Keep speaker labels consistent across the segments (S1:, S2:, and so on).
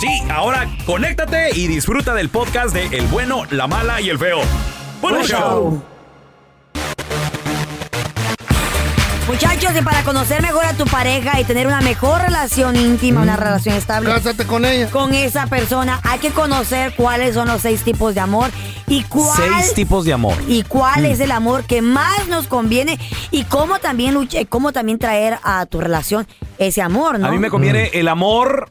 S1: Sí, ahora conéctate y disfruta del podcast de El bueno, la mala y el feo. ¡Buen show!
S2: Muchachos, y para conocer mejor a tu pareja y tener una mejor relación íntima, una relación estable.
S3: Cásate con ella.
S2: Con esa persona hay que conocer cuáles son los seis tipos de amor y cuál
S1: Seis tipos Mm. de amor.
S2: y cuál es el amor que más nos conviene y cómo también lucha- cómo también traer a tu relación ese amor, ¿no?
S1: A mí me conviene el amor.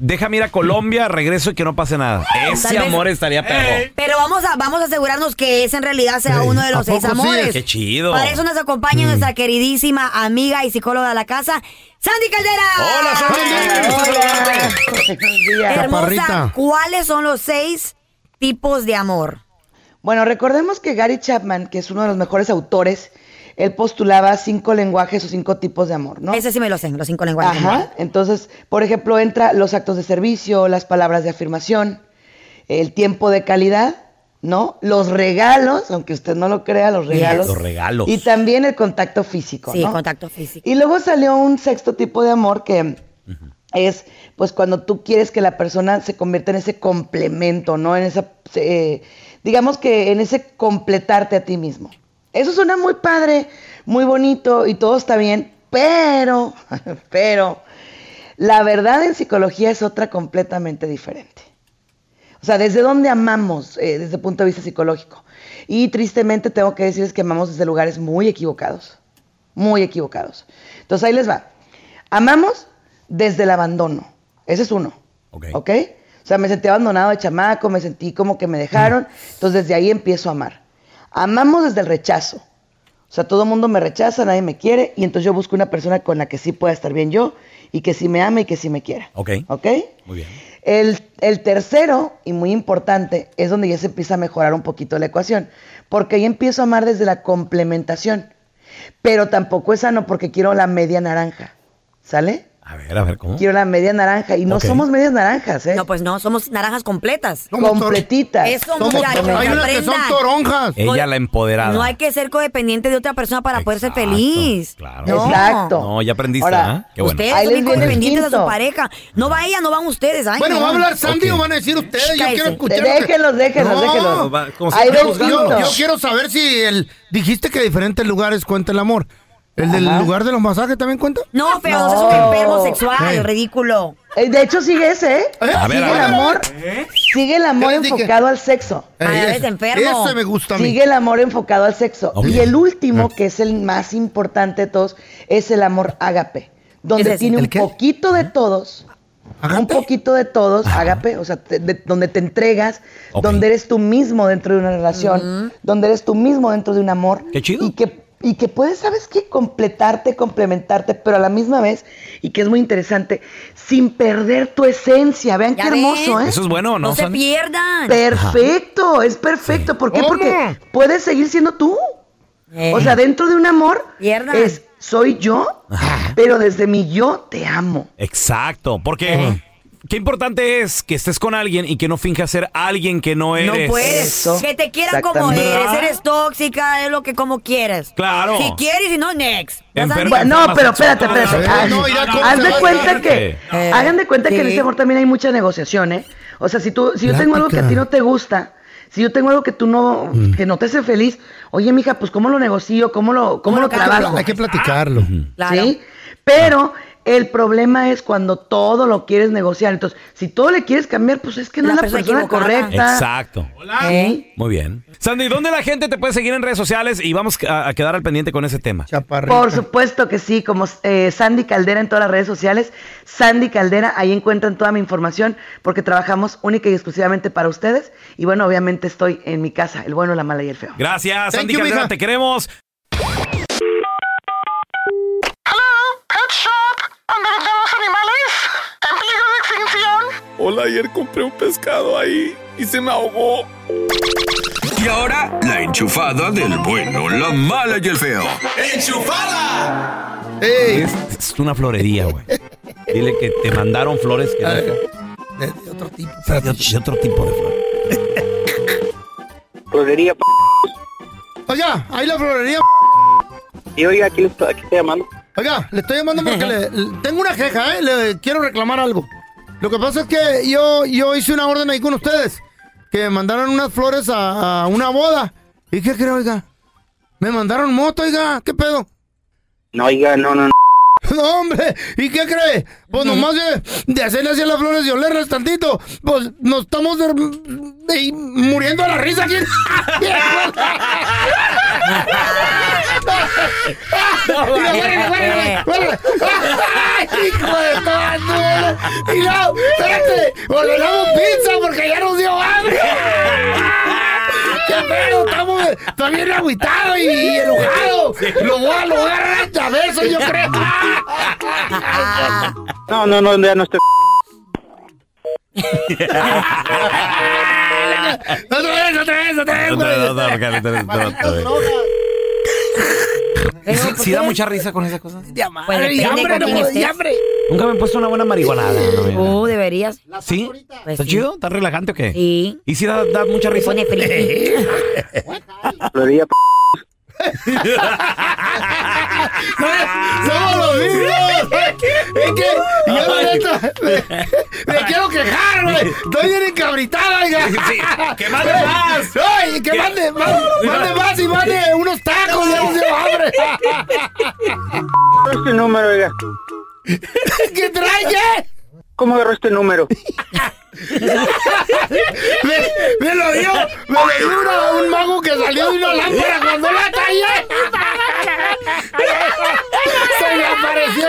S1: Déjame ir a Colombia, regreso y que no pase nada. Ese
S2: Tal vez-
S1: amor estaría perro.
S2: Pero vamos a, vamos a asegurarnos que ese en realidad sea uno de
S3: ¿a
S2: los seis
S3: poco sí?
S2: amores.
S1: Qué chido. Mm.
S2: Para eso nos acompaña nuestra queridísima amiga y psicóloga de la casa, Sandy Caldera.
S1: Hola, Sandy.
S2: Hola. Hermosa,
S3: Chaparrita.
S2: ¿cuáles son los seis tipos de amor?
S4: Bueno, recordemos que Gary Chapman, que es uno de los mejores autores, él postulaba cinco lenguajes o cinco tipos de amor, ¿no?
S2: Ese sí me lo sé, los cinco lenguajes. de amor.
S4: Ajá. Entonces, por ejemplo, entra los actos de servicio, las palabras de afirmación, el tiempo de calidad, ¿no? Los regalos, aunque usted no lo crea, los regalos.
S1: Los regalos.
S4: Y también el contacto físico,
S2: Sí,
S4: ¿no?
S2: contacto físico.
S4: Y luego salió un sexto tipo de amor que es pues cuando tú quieres que la persona se convierta en ese complemento, ¿no? En esa eh, digamos que en ese completarte a ti mismo. Eso suena muy padre, muy bonito y todo está bien, pero pero la verdad en psicología es otra completamente diferente. O sea, ¿desde dónde amamos eh, desde el punto de vista psicológico? Y tristemente tengo que decirles que amamos desde lugares muy equivocados muy equivocados. Entonces ahí les va. Amamos desde el abandono. Ese es uno.
S1: Ok.
S4: ¿Ok? O sea, me sentí abandonado de chamaco, me sentí como que me dejaron. Entonces desde ahí empiezo a amar. Amamos desde el rechazo. O sea, todo el mundo me rechaza, nadie me quiere. Y entonces yo busco una persona con la que sí pueda estar bien yo y que sí me ame y que sí me quiera.
S1: Ok.
S4: ¿Ok?
S1: Muy bien.
S4: El, el tercero, y muy importante, es donde ya se empieza a mejorar un poquito la ecuación, porque ahí empiezo a amar desde la complementación, pero tampoco es sano porque quiero la media naranja, ¿sale?
S1: A ver, a ver, ¿cómo?
S4: Quiero la media naranja y no
S1: Ok.
S4: somos medias naranjas, ¿eh?
S2: No, pues no, somos naranjas completas.
S3: Somos tor-
S4: Completitas.
S2: Eso,
S3: somos
S2: muchachos,
S3: tor- Hay unas que
S2: aprendan.
S3: son toronjas.
S1: Ella la empoderada.
S2: No hay que ser codependiente de otra persona para poder ser
S1: Exacto,
S2: feliz.
S1: claro.
S2: No.
S4: Exacto.
S1: No, ya aprendiste,
S4: Ahora,
S1: ¿ah? Qué bueno.
S2: Ustedes
S4: Ahí
S2: son
S4: les
S2: bien
S4: viene el
S2: codependientes de su
S4: quinto.
S2: pareja. No va ella, no van ustedes. Ay,
S3: Bueno,
S2: no.
S3: ¿va a hablar Sandy
S1: Ok.
S3: o van a decir ustedes? Yo
S2: Cállese.
S3: quiero escuchar. lo que-
S4: Déjenlos, déjenlos,
S3: No,
S4: déjenlos.
S1: va- como
S4: Ahí
S1: siempre
S4: va el
S1: juzgando.
S4: quinto.
S3: Yo quiero saber si el dijiste que diferentes lugares cuenta el amor. ¿El del
S4: Ajá.
S3: lugar de los masajes también cuenta?
S2: No, feo, no seas un
S4: No.
S2: enfermo sexual,
S3: Ey.
S2: ridículo.
S4: Eh, De hecho, sigue ese, ¿eh?
S3: ¿Eh?
S1: A ver,
S4: Sigue el
S1: a ver, a ver.
S4: amor, sigue el amor
S3: Ya les dije.
S4: enfocado al sexo.
S2: Ah,
S3: Ey,
S2: eres
S3: ese-
S2: enfermo.
S3: Ese me gusta a mí.
S4: Sigue el amor enfocado al sexo.
S1: Ok. Ah.
S4: Y el último, que es el más importante de todos, es el amor ágape,
S2: ¿Qué es
S4: donde
S2: ese?
S4: tiene
S3: ¿El
S4: un
S3: qué?
S4: poquito de todos,
S3: ¿Ágape?
S4: un poquito de todos, ágape, o sea, te- de- donde te entregas,
S1: Ok.
S4: donde eres tú mismo dentro de una relación, donde eres tú mismo dentro de un amor.
S1: Qué chido.
S4: Y que, y que puedes, ¿sabes qué? Completarte, complementarte, pero a la misma vez, y que es muy interesante, sin perder tu esencia. Vean
S2: Ya
S4: qué hermoso,
S2: ven.
S4: ¿eh?
S1: Eso es bueno, ¿no?
S2: No se
S1: Sandy?
S2: pierdan.
S4: Perfecto, es perfecto. ¿Por qué?
S3: ¿Cómo?
S4: Porque puedes seguir siendo tú.
S2: Eh.
S4: O sea, dentro de un amor
S2: Pierdan.
S4: es soy yo, pero desde mi yo te amo.
S1: Exacto, porque
S2: Eh.
S1: qué importante es que estés con alguien y que no finjas ser alguien que no
S2: No
S1: eres.
S2: puedes.
S4: Eso.
S2: Que te quieran como
S4: Exactamente.
S2: eres.
S1: ¿Verdad?
S2: Eres tóxica, es lo que como quieres.
S1: Claro.
S2: Si quieres, si no, next. ¿No,
S1: Enferma.
S2: Sandy?
S1: Bueno,
S4: No,
S1: más
S4: pero
S1: sexual.
S4: espérate, espérate.
S3: Ah,
S4: Haz-
S3: no, ya
S4: Haz de
S3: cómo-
S4: cuenta que,
S2: Eh.
S4: hagan de cuenta que en
S2: Sí.
S4: este amor también hay mucha negociación, ¿eh? O sea, si tú, si yo tengo algo que a ti
S3: Plática.
S4: no te gusta, si yo tengo algo que tú no,
S2: Mm.
S4: que no te hace feliz, oye, mija, pues cómo lo negocio, cómo lo, cómo
S2: ¿Cómo
S4: lo
S2: lo cambio?
S4: trabajo.
S3: Hay que platicarlo.
S2: Claro.
S4: ¿sí? Pero El problema es cuando todo lo quieres negociar. Entonces, si todo le quieres cambiar, pues es que no
S2: La
S4: es la
S2: persona
S4: persona,
S2: equivocada.
S4: correcta.
S1: Exacto.
S4: ¿Eh?
S1: Muy bien. Sandy, ¿dónde la gente te puede seguir en redes sociales? Y vamos a, a quedar al pendiente con ese tema.
S5: Chaparrita.
S4: Por supuesto que sí, como eh, Sandy Caldera en todas las redes sociales. Sandy Caldera, ahí encuentran toda mi información porque trabajamos única y exclusivamente para ustedes. Y bueno, obviamente estoy en mi casa, el bueno, la mala y el feo.
S1: Gracias,
S5: Thank
S1: Sandy
S5: you,
S1: Caldera,
S5: mija.
S1: te queremos.
S6: Hola, ayer compré un pescado ahí y se me ahogó.
S7: Y ahora, la enchufada del bueno, la mala y el feo.
S5: Ey,
S1: Es, es una florería, güey. Dile que te mandaron flores que no son.
S5: de, de otro tipo.
S1: de otro, de otro tipo de flores.
S3: Rodería, p
S5: Oiga, ahí la florería.
S3: y oiga, aquí, le estoy, aquí estoy llamando.
S5: Oiga, le estoy llamando porque le, le- tengo una queja, ¿eh? Le quiero reclamar algo. Lo que pasa es que yo, yo hice una orden ahí con ustedes. Que me mandaron unas flores a, a una boda. ¿Y qué creo, oiga? Me mandaron moto, oiga. ¿Qué pedo?
S3: No, oiga, no, no, no.
S5: No, hombre, ¿y qué cree? Pues nomás de, de hacerle así a las flores y olerlas tantito, pues nos estamos der- de- muriendo a la risa aquí. Y la huele, huele, huele, huele. ¡Ay, hijo de toda tu madre! Y no, espérate, olvidamos pizza porque ya nos dio hambre. ¡Qué pedo! Estamos está bien agüitado y, y enojado. Lo voy a lograr a besos, yo creo.
S3: No, no, no, ya no estoy.
S5: Otra vez, otra vez, otra vez, Eh, güey.
S1: Sí, sí da mucha risa con esas cosas.
S2: Pues
S5: Ay,
S2: depende
S5: hambre,
S2: con
S5: no
S2: quién
S5: puedo- y
S2: estés.
S5: hambre.
S1: Nunca me he puesto una buena marihuanada. no, mira.
S5: Oh,
S2: Uh, deberías.
S1: ¿Sí?
S2: Pues
S1: ¿Está
S2: sí.
S1: chido? ¿Está relajante o qué?
S2: Sí.
S1: ¿Y si da, da mucha
S2: Te
S1: risa?
S2: pone frío.
S3: Rodería, p
S5: Somos los mismos. Es que yo la neta, me, me quiero quejar, güey. Estoy bien encabritada, oiga.
S1: Sí, que mande más.
S5: Ay, que mande, mande, mande más y mande unos tacos, ya no se hambre.
S3: este número, oiga?
S5: ¿Qué trae? qué?
S3: ¿Cómo agarró este número?
S5: Me, me lo dio, me lo dio una- un mago que salió de una lámpara cuando la tallé. Se le apareció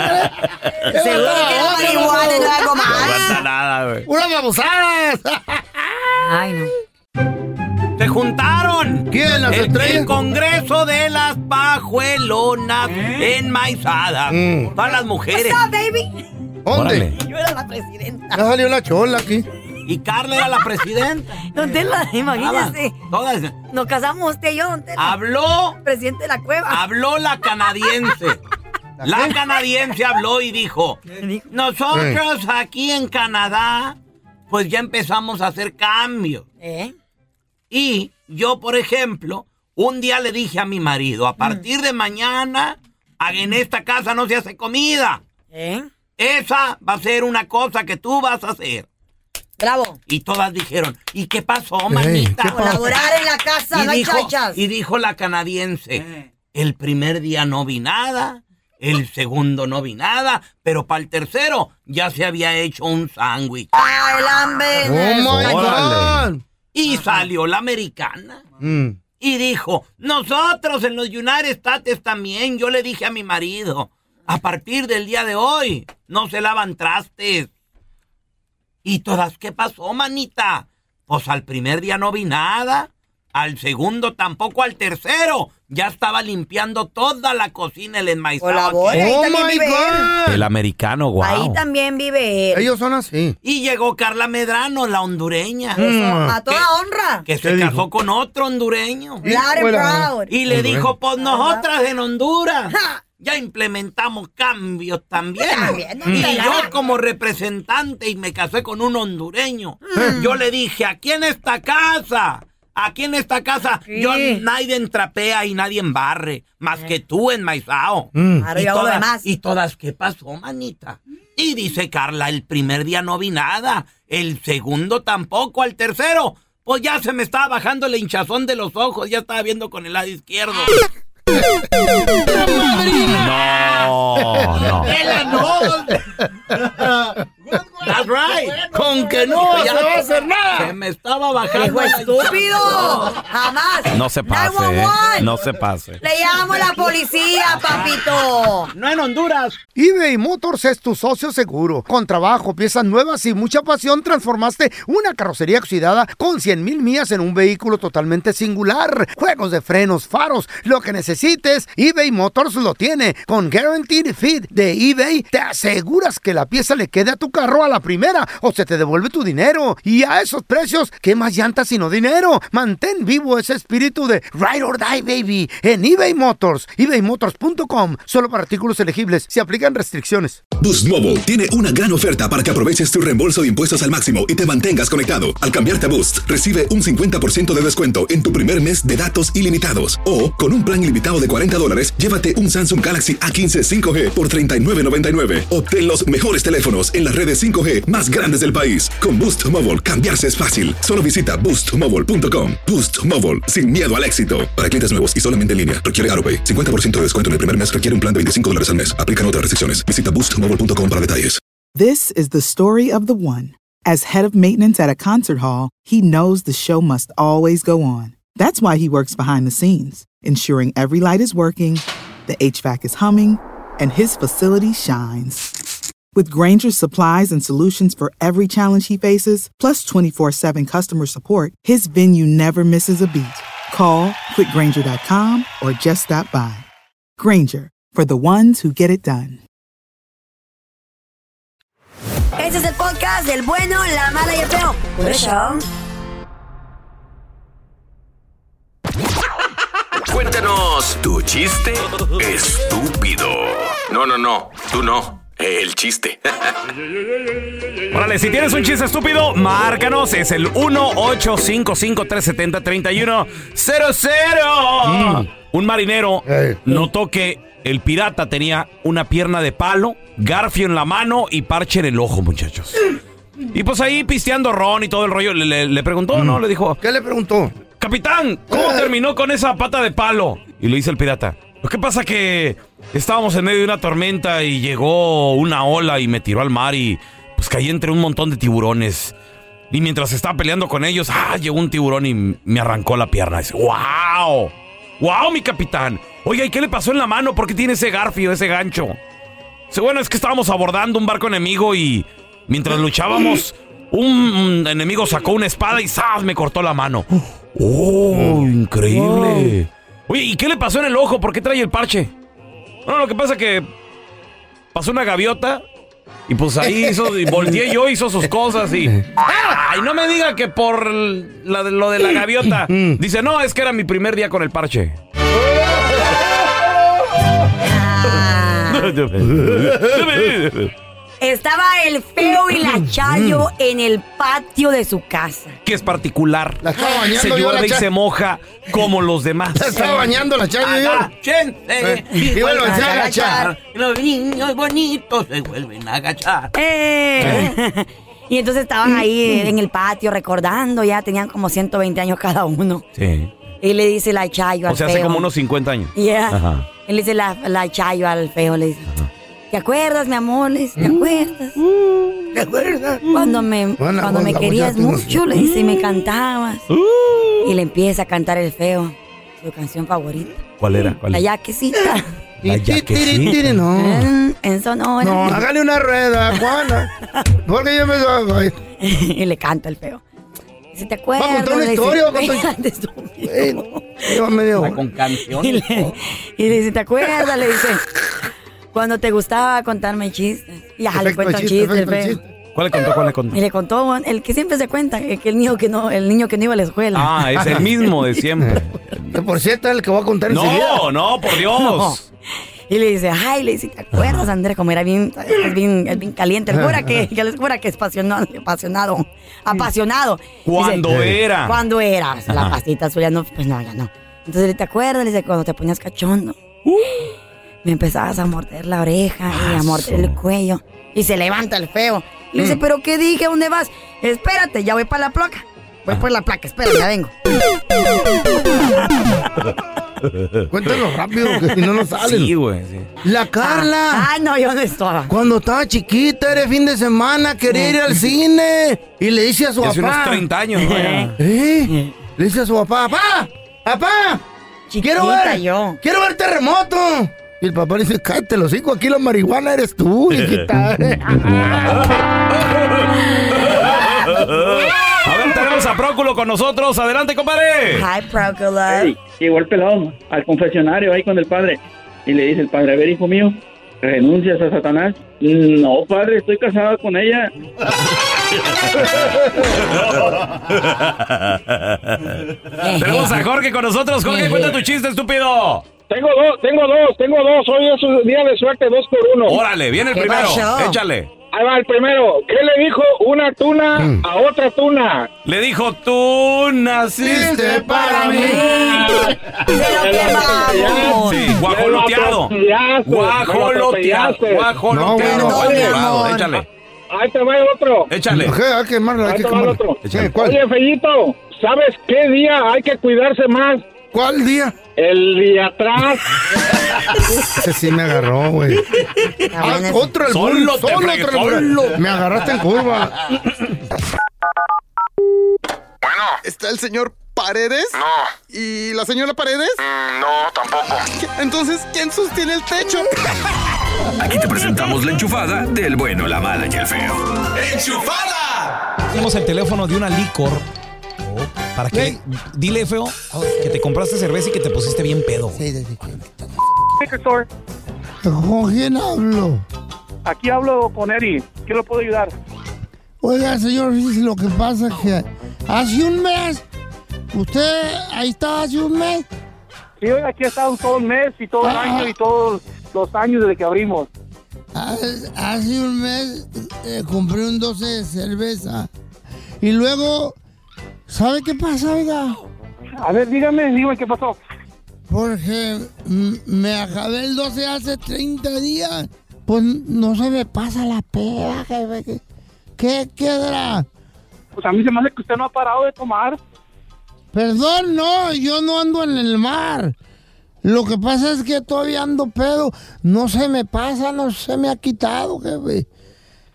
S2: Seguro que la marihuana no la
S5: Ah.
S2: comadre.
S1: nada, güey.
S5: Unas babosadas.
S2: Ay, no.
S1: ¡Se juntaron!
S5: ¿Quién? ¿Las estrellas?
S1: Congreso de las Pajuelonas Enmaizadas.
S5: Mm.
S1: Para las mujeres.
S2: What's up, baby?
S5: ¿Dónde?
S1: Órale.
S2: Yo era la presidenta.
S5: Ya salió la chola aquí.
S1: Y Carla era la presidenta.
S2: Don Tela, imagínese.
S1: Todas.
S2: Nos casamos usted y yo, Don Tela.
S1: Habló
S2: Presidente de la cueva.
S1: Habló la canadiense. La canadiense habló y dijo,
S2: dijo?
S1: nosotros aquí en Canadá, pues ya empezamos a hacer cambios.
S2: ¿Eh?
S1: Y yo, por ejemplo, un día le dije a mi marido, a partir de mañana, a- en esta casa no se hace comida.
S2: ¿Eh?
S1: Esa va a ser una cosa que tú vas a hacer.
S2: Bravo.
S1: Y todas dijeron, ¿y qué pasó, manita?
S2: Colaborar en la casa,
S1: y,
S2: no hay
S1: dijo,
S2: chachas.
S1: y dijo la canadiense, el primer día no vi nada, el segundo no vi nada, pero para el tercero ya se había hecho un sándwich.
S2: Ah, el hambre.
S5: Oh my
S1: Órale.
S5: God.
S1: Y salió la americana
S5: Mm.
S1: y dijo, nosotros en los United States también, yo le dije a mi marido, a partir del día de hoy no se lavan trastes. ¿Y todas qué pasó, manita? Pues al primer día no vi nada, al segundo tampoco, al tercero ya estaba limpiando toda la cocina el enmaizado.
S2: Colabore.
S1: aquí.
S2: ahí
S5: Oh
S2: también
S5: my
S2: vive
S5: God.
S1: El americano, guau.
S2: Ahí también vive él.
S5: Ellos son así.
S1: Y llegó Carla Medrano, la hondureña,
S5: Mm.
S2: A toda honra.
S1: que se
S5: ¿Qué
S1: casó
S5: dijo?
S1: con otro hondureño.
S2: Loud and
S5: Bueno.
S2: proud.
S1: Y le dijo, pues nosotras en Honduras.
S2: Ja.
S1: ya implementamos cambios también.
S2: También, no
S1: y
S2: te
S1: yo
S2: hagas.
S1: como representante y me casé con un hondureño, yo le dije, aquí en esta casa, aquí en esta casa,
S2: Sí.
S1: yo nadie trapea y nadie barre, más que tú en Maizao.
S2: Claro, yo hago lo demás.
S1: y todas, ¿qué pasó, manita? Y dice Carla, el primer día no vi nada, el segundo tampoco, al tercero, pues ya se me estaba bajando el hinchazón de los ojos, ya estaba viendo con el lado izquierdo.
S6: No, Oh, no.
S1: ¡Ela no! That's right. Con que no se va a hacer nada. Se me estaba bajando.
S2: ¡Hijo
S1: el
S2: estúpido! ¡Jamás!
S6: No se pase.
S2: 911.
S6: eh. No se pase.
S2: ¡Le llamo a la policía, papito!
S1: No en Honduras.
S3: eBay Motors es tu socio seguro. Con trabajo, piezas nuevas y mucha pasión, transformaste una carrocería oxidada con 100 mil millas en un vehículo totalmente singular. Juegos de frenos, faros, lo que necesites, eBay Motors lo tiene. Con Guaranteed Fit de eBay, te aseguras que la pieza le quede a tu carro a la primera o se te devuelve tu dinero. Y a esos precios, ¿qué más llantas sino dinero? Mantén vivo ese espíritu de Ride or Die, baby, en eBay Motors. ebaymotors.com, solo para artículos elegibles. Se aplican restricciones.
S8: Boost Mobile tiene una gran oferta para que aproveches tu reembolso de impuestos al máximo y te mantengas conectado. Al cambiarte a Boost, recibe un 50% de descuento en tu primer mes de datos ilimitados. O, con un plan ilimitado de 40 dólares, llévate un Samsung Galaxy A15 5G por $39.99. Obtén los mejores teléfonos en las redes 5G más grandes del país. Con Boost Mobile, cambiarse es fácil. Solo visita boostmobile.com. Boost Mobile, sin miedo al éxito. Para clientes nuevos y solamente en línea, requiere AroPay. 50% de descuento en el primer mes requiere un plan de 25 dólares al mes. Aplican otras restricciones. Visita boostmobile.com para detalles.
S9: This is the story of the one. As head of maintenance at a concert hall, he knows the show must always go on. That's why he works behind the scenes, ensuring every light is working, the HVAC is humming, and his facility shines. With Granger's supplies and solutions for every challenge he faces, plus 24 7 customer support, his venue never misses a beat. Call quickgranger.com or just stop by. Granger, for the ones who get it done.
S2: Este es el podcast del bueno, la mala y el feo. Por eso...
S7: Cuéntanos tu chiste estúpido. No, no, no. Tú no. El chiste.
S6: Órale, si tienes un chiste estúpido, márcanos. Es el 1-855-370-3100. Un marinero
S3: Ey.
S6: notó que el pirata tenía una pierna de palo, garfio en la mano y parche en el ojo, muchachos. Y pues ahí pisteando ron y todo el rollo, le, le- le preguntó, ¿no? Le dijo,
S3: ¿Qué le preguntó?
S6: Capitán, ¿cómo terminó con esa pata de palo? Y le dice el pirata. Lo que pasa que estábamos en medio de una tormenta y llegó una ola y me tiró al mar y pues caí entre un montón de tiburones. Y mientras estaba peleando con ellos, ah, llegó un tiburón y me arrancó la pierna. Dice, ¡Wow! ¡Wow, mi capitán! Oiga, ¿y qué le pasó en la mano? ¿Por qué tiene ese garfio, ese gancho? Sí, bueno, es que estábamos abordando un barco enemigo y mientras luchábamos, un enemigo sacó una espada y ¡zas! me cortó la mano. ¡Oh, increíble! Oye, ¿y qué le pasó en el ojo? ¿Por qué trae el parche? No, lo que pasa que pasó una gaviota y pues ahí hizo, y volteé yo, hizo sus cosas y... ¡Ay, no me diga que por la de- lo de la gaviota! Dice, no, es que era mi primer día con el parche.
S2: Ah, estaba el feo y la chayo en el patio de su casa.
S6: que es particular.
S3: La estaba bañando
S6: se
S3: yo,
S6: llueve
S3: la
S6: y
S3: cha-
S6: se moja como los demás.
S3: Se estaba bañando la chayo. yo.
S1: Agáchense.
S3: Eh, y vuelvan
S2: a agachar.
S1: Los niños bonitos se vuelven a agachar.
S2: Eh. Y entonces estaban ahí eh, en el patio recordando, ya tenían como 120 años cada uno.
S6: Sí.
S2: Y le dice la Chayo al
S6: O sea, hace
S2: feo.
S6: como unos 50 años.
S2: Yeah.
S6: Ajá.
S2: Él dice la, la Chayo al feo, le dice. ¿Te acuerdas, mi amor? Le dice,
S6: Mm.
S2: ¿Te acuerdas?
S3: ¿Te acuerdas?
S2: Cuando me,
S3: Bueno,
S2: cuando me
S3: bueno,
S2: querías
S3: ya tú no-
S2: mucho, le dice, y me cantabas.
S6: Mm.
S2: Y le empieza a cantar el feo, su canción favorita.
S6: ¿Cuál era? ¿Cuál
S2: La
S6: era?
S2: yaquecita.
S6: La
S3: Y ti,
S6: yaquecita.
S3: tiri, tiri, no.
S2: en, Mm, en Sonora.
S3: No, hágale una rueda, Juana. Porque yo me... ay,
S2: y le canta el feo. Si te acuerdas.
S3: Va a contar una
S2: le
S3: historia, va a
S2: dice,
S3: contar-
S2: "Espérate, estúpido".
S3: eh, lleva medio...
S1: Con
S2: Y
S1: canciones.
S2: le, y le dice, ¿te acuerdas? Le dice, cuando te gustaba contarme chistes. Y ya le
S3: Efecto
S2: cuenta un
S3: chiste,
S2: chiste, el
S3: efecto
S2: feo.
S3: chiste.
S6: ¿Cuál le contó? ¿Cuál le contó?
S2: Y le contó, bueno, el que siempre se cuenta, el, que el niño que no, el niño que no iba a la escuela.
S6: Ah, es el mismo de siempre.
S3: Que por cierto es el que voy a contar enseguida.
S6: No, no, por Dios.
S2: Y le dice, ay, le dice, ¿te acuerdas, Andrés? Como era bien, es bien, es bien caliente. El cura que, que, el cura que es apasionado, apasionado. apasionado.
S6: ¿Cuándo
S2: Dice,
S6: era?
S2: ¿Cuándo era? O sea, la
S6: Ajá.
S2: pastita suya no, pues no, ya no. Entonces, le, ¿te acuerdas? Le dice, cuando te ponías cachondo.
S6: Uh.
S2: Me empezabas a morder la oreja y
S6: Ah,
S2: a morder el cuello. Y se levanta el feo. Y le dice,
S6: Mm.
S2: ¿pero qué dije? ¿Dónde vas? Espérate, ya voy para la placa. Voy
S6: Ah.
S2: por la placa, espera, ya vengo.
S3: Cuéntalo rápido, que si no nos salen.
S6: Sí, güey. sí.
S3: La Carla.
S2: Ay, Ah, no, yo no estaba.
S3: Cuando estaba chiquita, era fin de semana, quería ir al cine. Y le dice a su
S6: Y Hace unos
S3: papá.
S6: 30 años, güey.
S3: ¿Eh? Le dice a su papá, papá, papá, quiero
S2: Chiquita
S3: ver,
S2: yo.
S3: quiero ver terremoto. Y el papá le dice, cállate los hijos, aquí la marihuana eres tú, hijita.
S6: A ver, tenemos a Próculo con nosotros. Adelante, compadre.
S2: Hi, Procolo.
S10: Ey, llegó el pelado al confesionario ahí con el padre y le dice el padre, a ver hijo mío, ¿renuncias a Satanás? No, padre, estoy casado con ella.
S6: tenemos a Jorge con nosotros. Jorge, cuenta tu chiste, estúpido.
S11: Tengo dos, tengo dos, tengo dos. Hoy es un día de suerte, dos por uno.
S6: Órale, viene el primero. Échale.
S11: Ahí va el primero. ¿Qué le dijo una tuna a otra tuna?
S6: Le dijo, tú naciste para mí. Sí, guajoloteado.
S11: Me lo atropellaste, me lo
S6: Guajoloteado.
S11: atropellaste.
S6: Guajoloteado.
S11: No, güey.
S6: guajoloteado. Échale.
S11: Ahí te va el otro.
S6: Échale.
S3: Ok, hay que quemarlo, hay
S11: Ahí
S3: que
S11: te va el
S3: quemarlo.
S11: otro.
S3: Sí, ¿cuál?
S11: Oye, Fellito, ¿sabes qué día hay que cuidarse más?
S3: ¿Cuál día?
S11: El día atrás.
S3: Ese sí me agarró, güey. Ah, otro el
S6: Solo
S3: burro,
S6: te
S3: solo
S6: fregué,
S3: otro el burro.
S6: solo.
S3: Me agarraste en curva.
S5: Bueno. ¿Está el señor Paredes? No. ¿Y la señora Paredes? no, tampoco. Entonces, ¿quién sostiene el techo?
S7: Aquí te presentamos la enchufada del bueno, la mala y el feo.
S12: Tenemos el teléfono de una licor. ¿Para qué? Dile, feo, que te compraste cerveza y que te pusiste bien pedo.
S3: ¿Con quién hablo?
S13: Aquí hablo con Eri. ¿Qué lo puedo ayudar?
S3: Oiga, señor, fíjese lo que pasa es que hace un mes, usted ahí estaba hace un mes,
S13: Sí, hoy aquí he estado todo el mes y todo el año y todos los años desde que abrimos.
S3: Hace, hace un mes eh, compré un 12 de cerveza. Y luego, ¿sabe qué pasa, oiga?
S13: A ver, dígame, dígame qué pasó.
S3: Porque mm, me acabé el 12 hace 30 días. Pues no se me pasa la peda, jefe. ¿Qué- ¿Qué quedará?
S13: Pues a mí se me hace que usted no ha parado de tomar.
S3: Perdón, no, yo no ando en el mar. Lo que pasa es que todavía ando pedo. No se me pasa, no se me ha quitado, jefe.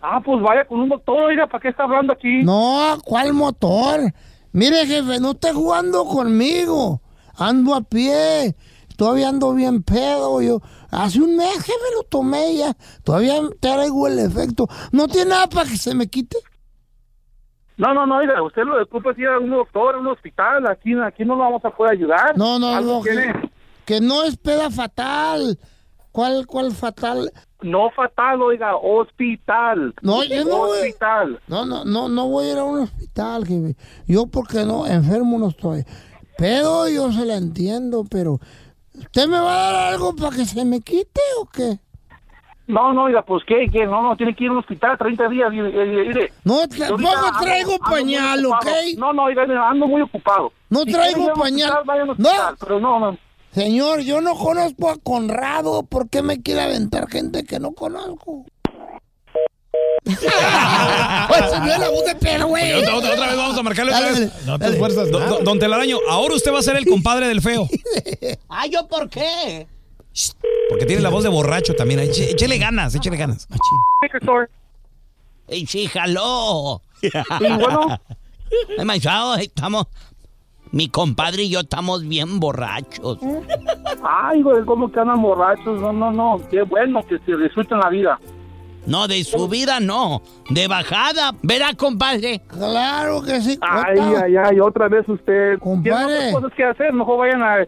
S13: Ah, pues vaya con un doctor, mira, ¿para qué está hablando aquí?
S3: No, ¿cuál motor? Mire, jefe, no esté jugando conmigo. Ando a pie. Todavía ando bien pedo. Yo hace un mes, jefe, lo tomé ya. Todavía traigo el efecto. No tiene nada para que se me quite.
S13: No, no, no, oiga, usted lo disculpa si a un doctor, a un hospital, aquí, aquí no lo vamos a poder ayudar.
S3: No, no,
S13: Algo
S3: no. Que,
S13: tiene-
S3: que no es peda fatal. ¿Cuál, cuál fatal?
S13: No fatal, oiga, hospital.
S3: No, yo no voy-
S13: Hospital.
S3: No, no, no, no voy a ir a un hospital, jefe. Yo porque no, enfermo no estoy. Pero yo se la entiendo, pero ¿usted me va a dar algo para que se me quite o qué?
S13: No, no, oiga, pues qué, qué, no, no, tiene que ir a un hospital 30 días. y- y- y- mire.
S3: No,
S13: Yo
S3: tampoco
S13: ahorita ando-
S3: traigo
S13: ando muy
S3: pañal, ¿ok?
S13: ocupado. No, no, oiga, mira, ando muy ocupado.
S3: No
S13: Si
S3: traigo
S13: quiere ir al
S3: pañal.
S13: hospital, vaya al hospital, Pero no, no.
S3: Señor, yo no conozco a Conrado. ¿Por qué me quiere aventar gente que no conozco? Ay, se me dio la voz de perro, güey.
S12: Oye, otra, otra- otra vez vamos a marcarle otra
S3: Dale,
S12: vez. No te esfuerzas. Don, don- don Telaraño, ahora usted va a ser el compadre del feo.
S14: Ah, ¿yo por qué?
S12: Porque tiene la voz de borracho también. Eche- Échele ganas, échele ganas.
S14: Y sí, jaló.
S12: Y bueno.
S14: Ay, maizao, estamos. Mi compadre y yo estamos bien borrachos.
S13: Ay, güey, ¿cómo que andan borrachos? No, no, no. Qué bueno que se disfruten la vida.
S14: No, de subida no, de bajada. Verá, compadre.
S3: Claro que sí.
S13: Ay, ay, ay, otra vez usted.
S3: Compadre.
S13: Tienen otras cosas que hacer, mejor vayan a,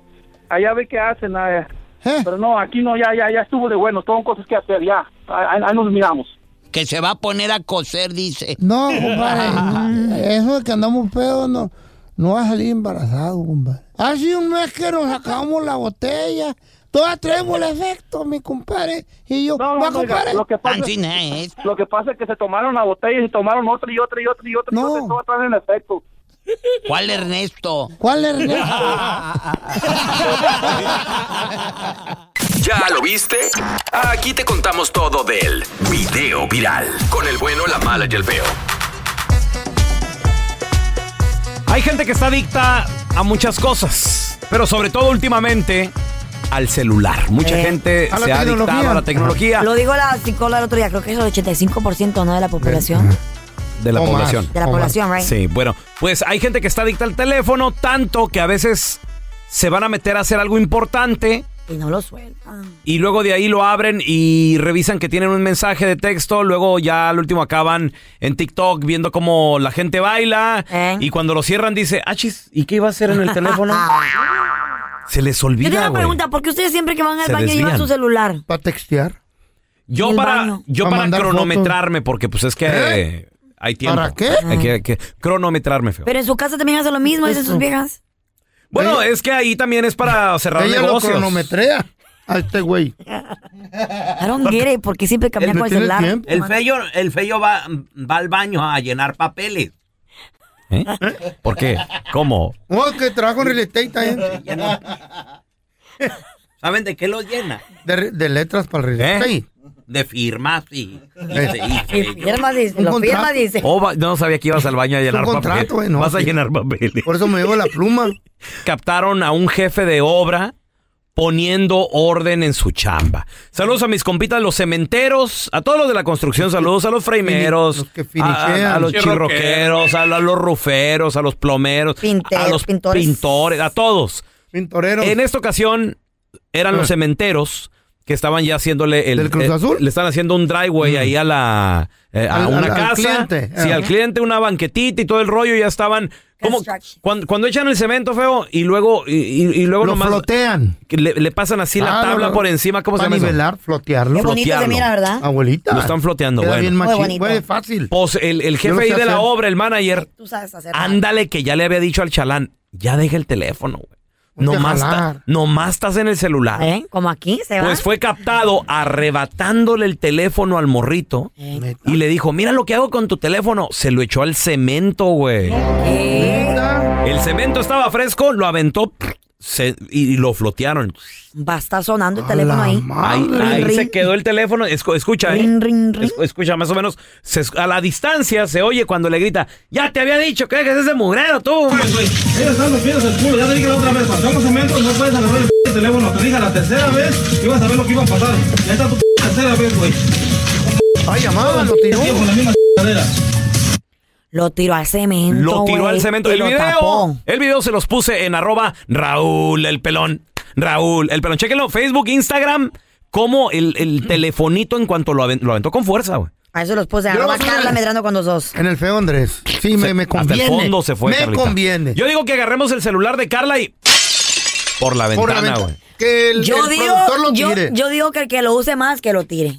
S13: allá a ver qué hacen. a-
S3: ¿Eh?
S13: Pero no, aquí no, ya, ya, ya estuvo de bueno. Tengo cosas que hacer, ya. Ahí, ahí nos miramos.
S14: Que se va a poner a coser, dice.
S3: No, compadre. mm, Eso de que andamos pedos no, no va a salir embarazado, compadre. Hace un mes que nos sacamos la botella.
S15: Todas traemos el efecto, mi compadre. Y yo,
S13: No,
S15: va,
S13: no, oiga,
S15: compadre.
S13: lo que pasa es, lo que pasa es que se tomaron la botella y se tomaron otra y otra y otra y otra. No. Entonces todo trae en efecto.
S14: ¿Cuál Ernesto?
S15: ¿Cuál Ernesto?
S12: Ah,
S7: ¿Ya lo viste? Aquí te contamos todo del video viral. Con el bueno, la mala y el feo.
S6: Hay gente que está adicta a muchas cosas, pero sobre todo últimamente al celular. Mucha
S2: Eh,
S6: gente
S2: a la
S6: se ha adictado
S2: tecnología.
S6: a la tecnología
S2: Lo digo la psicóloga el otro día, creo que es el 85% ¿no? de la población.
S6: de la
S2: O más,
S6: población.
S2: de la
S6: O más.
S2: población, right.
S6: Sí, bueno, pues hay gente que está adicta al teléfono tanto que a veces se van a meter a hacer algo importante
S2: Y no lo sueltan.
S6: y luego de ahí lo abren y revisan que tienen un mensaje de texto, luego ya al último acaban en TikTok viendo cómo la gente baila
S2: Eh.
S6: y cuando lo cierran dice, "Achis, ¿y qué iba a hacer en el teléfono?" Se les
S2: Yo tengo
S6: olvida,
S2: una
S6: güey.
S2: pregunta, ¿por qué ustedes siempre que van al
S6: Se
S2: baño llevan
S6: desvían.
S2: su celular?
S3: Para textear.
S6: Yo
S2: el
S6: para,
S2: baño.
S6: yo
S3: Pa'
S6: para
S3: mandar
S6: cronometrarme, porque pues es que eh, hay tiempo.
S2: ¿Para qué?
S6: Hay que, hay que cronometrarme, feo.
S2: Pero en su casa también hacen lo mismo, dicen sus viejas.
S6: Bueno, es que ahí también es para cerrar
S3: Ella lo
S6: negocios.
S3: cronometrea a este güey.
S2: I don't get it, ¿por qué siempre cambian con el celular?
S1: El feyo, el feyo va, va al baño a llenar papeles.
S6: ¿Eh? ¿Por qué? ¿Cómo?
S3: Oh, que trabajo en real estate también.
S1: ¿Saben de qué lo llena? ¿Eh?
S3: De, re- de letras para el real estate.
S1: De firmas y, y
S3: Eh.
S1: se- y sellos.
S2: Firma dice,
S3: Un
S2: lo
S3: contrato.
S2: firma dice.
S6: Oh, va- no sabía que ibas al baño a llenar
S3: contrato,
S6: papeles.
S3: eh, no,
S6: Vas a
S3: sí.
S6: llenar papeles.
S3: Por eso me llevo la pluma.
S6: Captaron a un jefe de obra poniendo orden en su chamba. Saludos a mis compitas, los cementeros, a todos los de la construcción, saludos a los freimeros, a, a- a los chirroqueros, a, a los ruferos, a los plomeros, a los
S3: pintores.
S6: pintores, a todos. En esta ocasión eran los
S3: Ah.
S6: cementeros que estaban ya haciéndole el
S3: ¿Del Cruz
S6: eh,
S3: Azul? Mm.
S6: le están haciendo un driveway ahí a la eh, a
S3: Al-
S6: una
S3: al- al
S6: casa,
S3: cliente. Ah.
S6: sí,
S3: Ajá.
S6: al cliente una banquetita y todo el rollo ya estaban como cuando, cuando echan el cemento feo y luego y, y- y luego
S3: Lo
S6: nomás
S3: flotean.
S6: que le, le pasan así la
S3: Ah,
S6: tabla
S3: no, no.
S6: por encima, ¿cómo se
S3: Para
S6: llama? eso?
S3: nivelar, flotearlo.
S2: Qué bonito se
S6: Flotearlo.
S2: mira, ¿verdad?
S3: Abuelita.
S6: Lo están floteando,
S3: Queda
S6: bueno.
S3: bien machín,
S2: Muy bonito.
S3: güey, fácil.
S6: Pues el, el
S3: Yo lo
S6: jefe
S3: sé
S6: ahí de la
S3: hacer.
S6: obra, el manager,
S2: Tú sabes hacer.
S6: ándale que ya le había dicho al chalán, ya deja el teléfono, güey.
S2: Ponte a
S6: Nomás,
S2: jalar.
S6: ta- nomás estás en el
S3: Oh,
S6: celular.
S2: ¿Eh? Como aquí se va.
S6: Pues fue captado arrebatándole el teléfono al morrito
S3: Eh.
S6: y le dijo, mira lo que hago con tu teléfono. Se lo echó al cemento, güey.
S2: Eh,
S6: El cemento estaba fresco, lo aventó se- y, y lo flotearon.
S2: Va a estar sonando el teléfono ahí.
S6: Ahí, ahí
S2: Ring,
S6: se quedó el teléfono. Escu- escucha, ¿eh?
S2: Ring, ring, ring.
S6: Escu- escucha, más o menos se es- a la distancia se oye cuando le grita, ya te había dicho que dejes ese mugrero tú.
S16: no puedes agarrar el p- teléfono. Te dije la tercera vez ibas a ver lo que iba a pasar. Ya está tu p- tercera vez, güey.
S3: Ay, llamada, lo
S16: tiró.
S2: Lo tiró al cemento.
S6: Lo tiró
S2: güey,
S6: al cemento.
S2: y
S6: El
S2: lo
S6: video,
S2: tapó.
S6: el video se los puse en arroba Raúl el pelón. Raúl el pelón. Chequenlo, Facebook, Instagram. Como el, el telefonito en cuanto lo, aven- lo aventó con fuerza, güey.
S2: A eso los puse. Arroba Carla Medrano con los dos.
S3: En el feo Andrés. Sí, me, me
S6: Hasta
S3: conviene.
S6: el fondo se fue,
S3: Me
S6: Carlita.
S3: conviene.
S6: Yo digo que agarremos el celular de Carla y... Por la
S3: Por la
S6: ventana,
S3: ventana.
S6: güey.
S3: Que el,
S2: Yo
S3: el
S2: digo,
S3: productor lo
S2: yo,
S3: tire.
S2: yo digo que el que lo use más, que lo tire.